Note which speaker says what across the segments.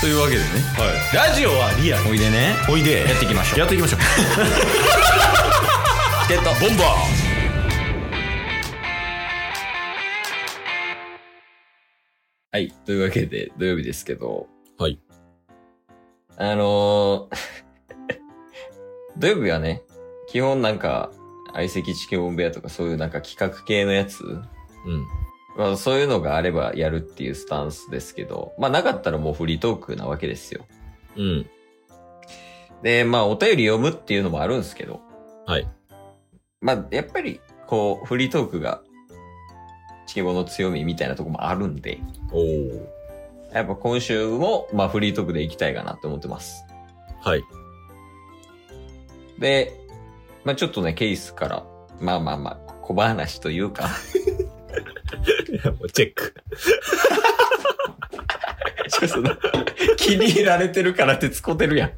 Speaker 1: というわけでね
Speaker 2: ラジオはリアル
Speaker 1: おいでね
Speaker 2: おいで
Speaker 1: やっていきましょう
Speaker 2: やっていきましょう
Speaker 1: チケットボンバーはいというわけで土曜日ですけど
Speaker 2: はい
Speaker 1: あのー、 土曜日はね基本なんか相席チケボンベアとかそういうなんか企画系のやつ
Speaker 2: うん
Speaker 1: まあそういうのがあればやるっていうスタンスですけど、まあなかったらもうフリートークなわけですよ。
Speaker 2: うん
Speaker 1: で、まあお便り読むっていうのもあるんですけど、
Speaker 2: はい
Speaker 1: まあやっぱりこうフリートークがチケボの強みみたいなとこもあるんで、
Speaker 2: おお
Speaker 1: やっぱ今週もまあフリートークでいきたいかなと思ってます。
Speaker 2: はい
Speaker 1: で、まあちょっとね、ケースから、まあまあまあ小話というか、
Speaker 2: もうチェック
Speaker 1: ちょっとな気に入られてるからってつこてるやん。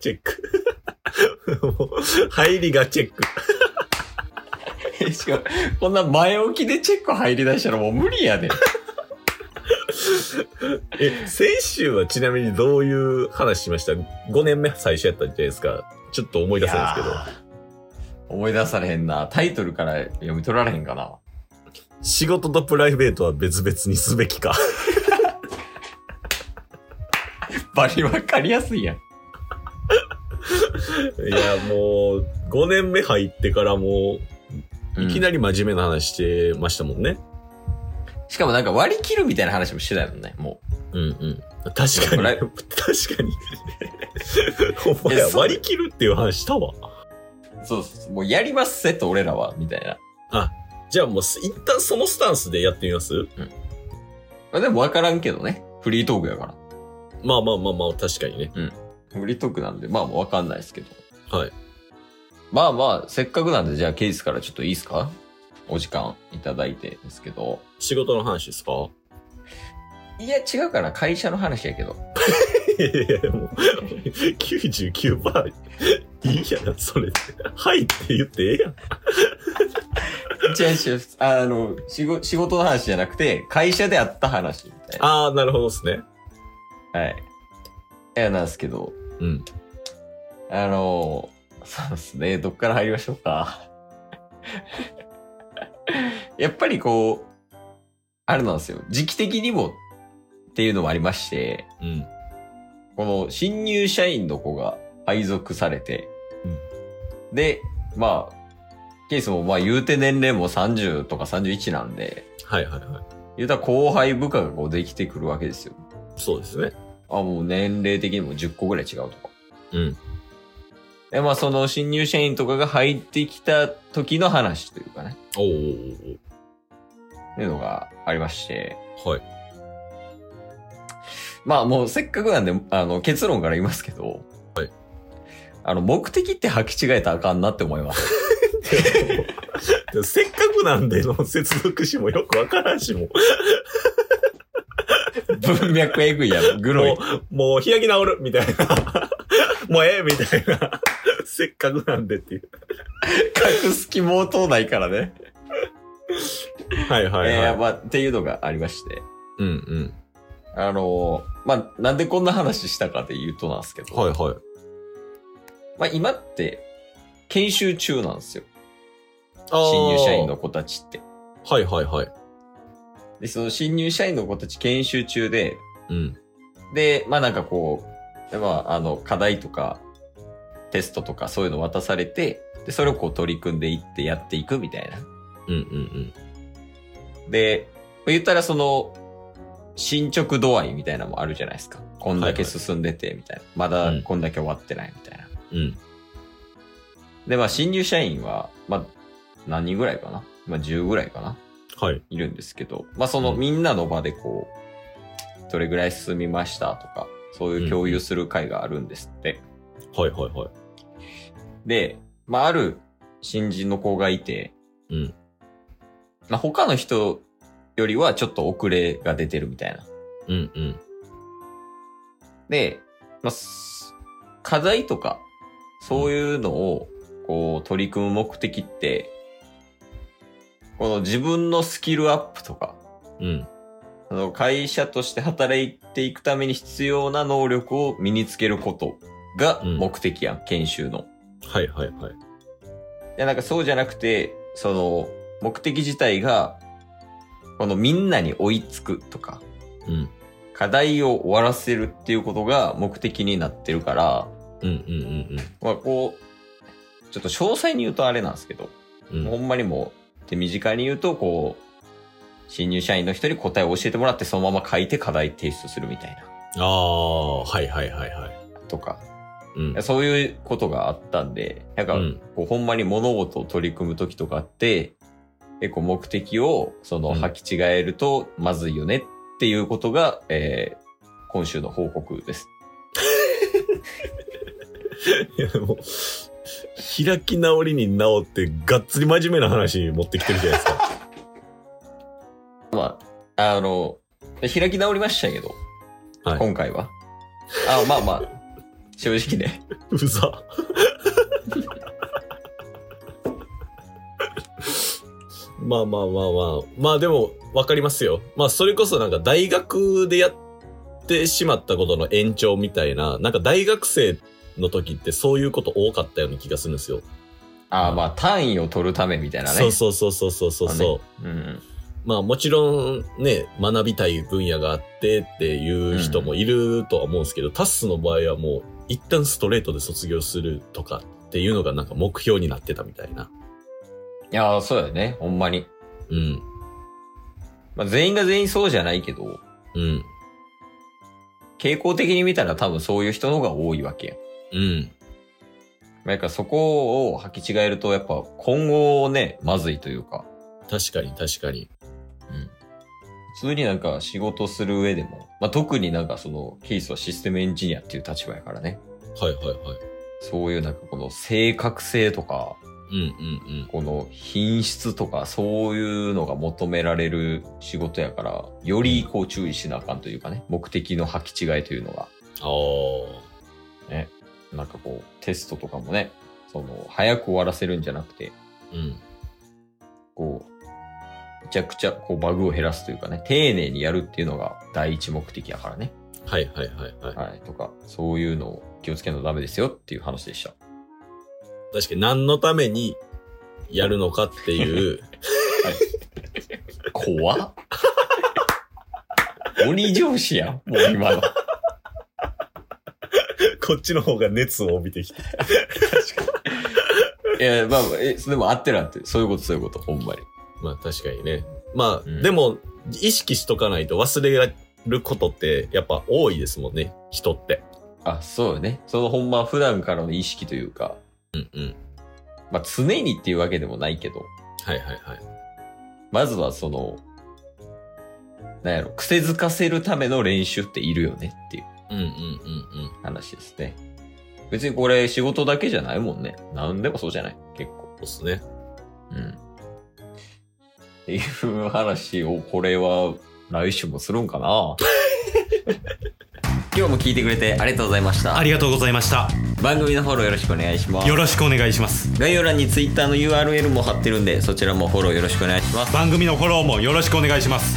Speaker 2: チェック もう入りがチェック
Speaker 1: しかも、こん な前置きでチェック入り出したらもう無理やで。
Speaker 2: え先週はちなみにどういう話しました5年目最初やったんじゃないですかちょっと思い出せないですけど
Speaker 1: 思い出されへんな。タイトルから読み取られへんかな。
Speaker 2: 仕事とプライベートは別々にすべき か
Speaker 1: バリわかりやすいやん。
Speaker 2: いやもう5年目入ってからもういきなり真面目な話してましたもんね、
Speaker 1: しかもなんか割り切るみたいな話もしてたよね、も
Speaker 2: うん、うん確かに
Speaker 1: プライ
Speaker 2: 確か にお前
Speaker 1: いや
Speaker 2: ら
Speaker 1: そう
Speaker 2: 割り切るっていう話したわ
Speaker 1: う。そうそうそう、もうやりますせと俺らは、みたいな。
Speaker 2: じゃあもうす一旦そのスタンスでやってみます
Speaker 1: まあでもわからんけどね。フリートークやから。
Speaker 2: まあまあまあまあ確かにね
Speaker 1: フリートークなんで、まあもうわかんないですけど。
Speaker 2: はい
Speaker 1: まあまあ、せっかくなんで、じゃあケースからちょっといいですかお時間いただいてですけど。
Speaker 2: 仕事の話ですか
Speaker 1: いや、違うから、会社の話やけど。
Speaker 2: いやいやもう99%いいやなそれはいって言ってええや
Speaker 1: 違
Speaker 2: ん
Speaker 1: う違う、あの、仕事仕事の話じゃなくて、会社であった話みたいな。
Speaker 2: ああなるほどですね
Speaker 1: はい。いや、なんですけど、
Speaker 2: うん
Speaker 1: あの、そうですね、どっから入りましょうか。 やっぱりこう、あれなんですよ、時期的にもっていうのもありまして、
Speaker 2: うん。
Speaker 1: この新入社員の子が配属されて、
Speaker 2: うん
Speaker 1: で、まあ、ケースもまあ言うて年齢も30とか31なんで、
Speaker 2: はいはいは
Speaker 1: 言うたら後輩部下がこうできてくるわけですよ。
Speaker 2: い。そうですね。
Speaker 1: あ、もう年齢的にも10個ぐらい違うとか。
Speaker 2: うん。
Speaker 1: で、まあその新入社員とかが入ってきた時の話というかね、
Speaker 2: おー
Speaker 1: っていうのがありまして。
Speaker 2: はい。
Speaker 1: まあもうせっかくなんで、あの結論から言いますけど。
Speaker 2: はい。
Speaker 1: あの、目的って履き違えたらあかんなって思います。
Speaker 2: でもせっかくなんでの接続詞もよくわからんし、もう、
Speaker 1: 文脈えぐいやろ、グロい
Speaker 2: も。う、もう開き直るみたい な。もうええみたいな。せっかくなんでっていう。
Speaker 1: 隠す気も通ないからね。
Speaker 2: はいはい
Speaker 1: え
Speaker 2: は
Speaker 1: ー
Speaker 2: い。
Speaker 1: まあっていうのがありまして。
Speaker 2: うんうん。
Speaker 1: あのまあなんでこんな話したかで言うとなんですけど。
Speaker 2: はいはい。
Speaker 1: まあ、今って、研修中なんですよ。
Speaker 2: あー
Speaker 1: 新入社員の。子たちって。
Speaker 2: はいはいはい。
Speaker 1: で、その新入社員の子たち研修中で、
Speaker 2: うん。
Speaker 1: で、まあなんかこう、でまああの、課題とか、テストとかそういうの渡されて、で、それをこう取り組んでいってやっていくみたいな。
Speaker 2: うんうん
Speaker 1: で、まあ言ったらその、進捗度合いみたいなのもあるじゃないですか。こんだけ
Speaker 2: はいは
Speaker 1: 進んでて、みたいな。
Speaker 2: う
Speaker 1: まだ
Speaker 2: ん
Speaker 1: こんだけ終わってないみたいな。
Speaker 2: うん。うん。
Speaker 1: で、まあ新入社員は、まあ、何人ぐらいかなまあ10ぐらいかな
Speaker 2: はい。
Speaker 1: いるんですけど、まあその
Speaker 2: うん
Speaker 1: みんなの場でこう、どれぐらい進みましたとか、そういう共有する会があるんですって。
Speaker 2: はいはいはい。
Speaker 1: で、まあある新人の子がいて、
Speaker 2: うん
Speaker 1: まあ他の人よりはちょっと遅れが出てるみたいな。
Speaker 2: うんうん。
Speaker 1: で、まあ、す課題とか、そういうのをこう取り組む目的って、この自分のスキルアップとか、
Speaker 2: うん。
Speaker 1: そその会社として働いていくために必要な能力を身につけることが
Speaker 2: うん
Speaker 1: 目的やん、研修の。
Speaker 2: はいはいはい。
Speaker 1: いや、なんかそうじゃなくて、その、目的自体が、このみんなに追いつくとか、
Speaker 2: うん。
Speaker 1: 課題を終わらせるっていうことが目的になってるから、
Speaker 2: うんうん
Speaker 1: まあこう、ちょっと詳細に言うとあれなんですけど、
Speaker 2: うんうん。
Speaker 1: ほ
Speaker 2: うん
Speaker 1: んまにもう手短に言うと、こう、新入社員の人に答えを教えてもらって、そのまま書いて課題提出するみたいな、
Speaker 2: ああ、はいはいはいはい。
Speaker 1: とか、
Speaker 2: うん。
Speaker 1: そういうことがあったんで、なんか、
Speaker 2: うん
Speaker 1: こうほんまに物事を取り組む時とかって、結構目的を、その、
Speaker 2: うん
Speaker 1: 履き違えるとまずいよねっていうことが、えー今週の報告です。
Speaker 2: いやで も開き直りに直って、がっつり真面目な話持ってきてるじゃないですか。
Speaker 1: まあ、あの、開き直りましたけど、
Speaker 2: はい
Speaker 1: 今回は。あ、まあまあ、正直ね。
Speaker 2: うざ。まあまあまあまあ。まあでも、わかりますよ。まあそれこそなんか大学でやってしまったことの延長みたいな、なんか大学生の時ってそういうこと多かったような気がするんですよ。
Speaker 1: あまあ、単位を取るためみたいなね。
Speaker 2: そうそうそうそうそうそう
Speaker 1: まあ
Speaker 2: そう
Speaker 1: ね。うん。
Speaker 2: まあもちろんね、学びたい分野があってっていう人もいるとは思うんですけど、タッスの場合はもう一旦ストレートで卒業するとかっていうのがなんか目標になってたみたいな。
Speaker 1: いやー、そうだよね。ほんまに。
Speaker 2: うん。
Speaker 1: まあ、全員が全員そうじゃないけど、
Speaker 2: うん。
Speaker 1: 傾向的に見たら多分そういう人の方が多いわけや。
Speaker 2: うん。
Speaker 1: まあやっぱそこを履き違えると、やっぱ今後ね、まずいというか、
Speaker 2: 確かに確かに。
Speaker 1: 普通になんか仕事する上でも、まあ、特になんかその、ケースはシステムエンジニアっていう立場やからね。
Speaker 2: はいはいはい。
Speaker 1: そういうなんかこの正確性とか、
Speaker 2: うんうん
Speaker 1: この品質とか、そういうのが求められる仕事やから、よりこう注意しなあかんというかね、目的の履き違いというのが、
Speaker 2: うん。ああ。
Speaker 1: なんかこう、テストとかもね、その、早く終わらせるんじゃなくて、
Speaker 2: うん。
Speaker 1: こう、めちゃくちゃこうバグを減らすというかね、丁寧にやるっていうのが第一目的やからね。
Speaker 2: はいはいはいはい。
Speaker 1: はい。とか、そういうのを気をつけないとダメですよっていう話でした。
Speaker 2: 確かに何のためにやるのかっていう。
Speaker 1: 怖っ鬼上司やん、もう今の。
Speaker 2: こっちの方が熱を帯びてきて。
Speaker 1: いや、まあ、え、でも合ってる合ってる。そういうこと、そういうこと、ほんまに。
Speaker 2: まあ確かにね。まあ、
Speaker 1: うん
Speaker 2: でも、意識しとかないと忘れることってやっぱ多いですもんね、人って。
Speaker 1: あ、そうよね。そのほんま普段からの意識というか、
Speaker 2: うんうん。
Speaker 1: まあ常にっていうわけでもないけど、
Speaker 2: はいはいはい。
Speaker 1: まずはその、なんやろ、癖づかせるための練習っているよねっていう。
Speaker 2: うんうんうんうん。
Speaker 1: 話ですね。別にこれ仕事だけじゃないもんね。何でもそうじゃない結構。
Speaker 2: そうっすね。
Speaker 1: うん。っていう話を、これは来週もするんか な今日も聞いてくれてありがとうございました。
Speaker 3: ありがとうございました
Speaker 1: 番組のフォローよろしくお願いします
Speaker 3: よ。ろしくお願いします
Speaker 1: 概要欄に Twitter の URL も貼ってるんで、そちらもフォローよろしくお願いします。
Speaker 3: 番組のフォローもよろしくお願いします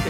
Speaker 3: す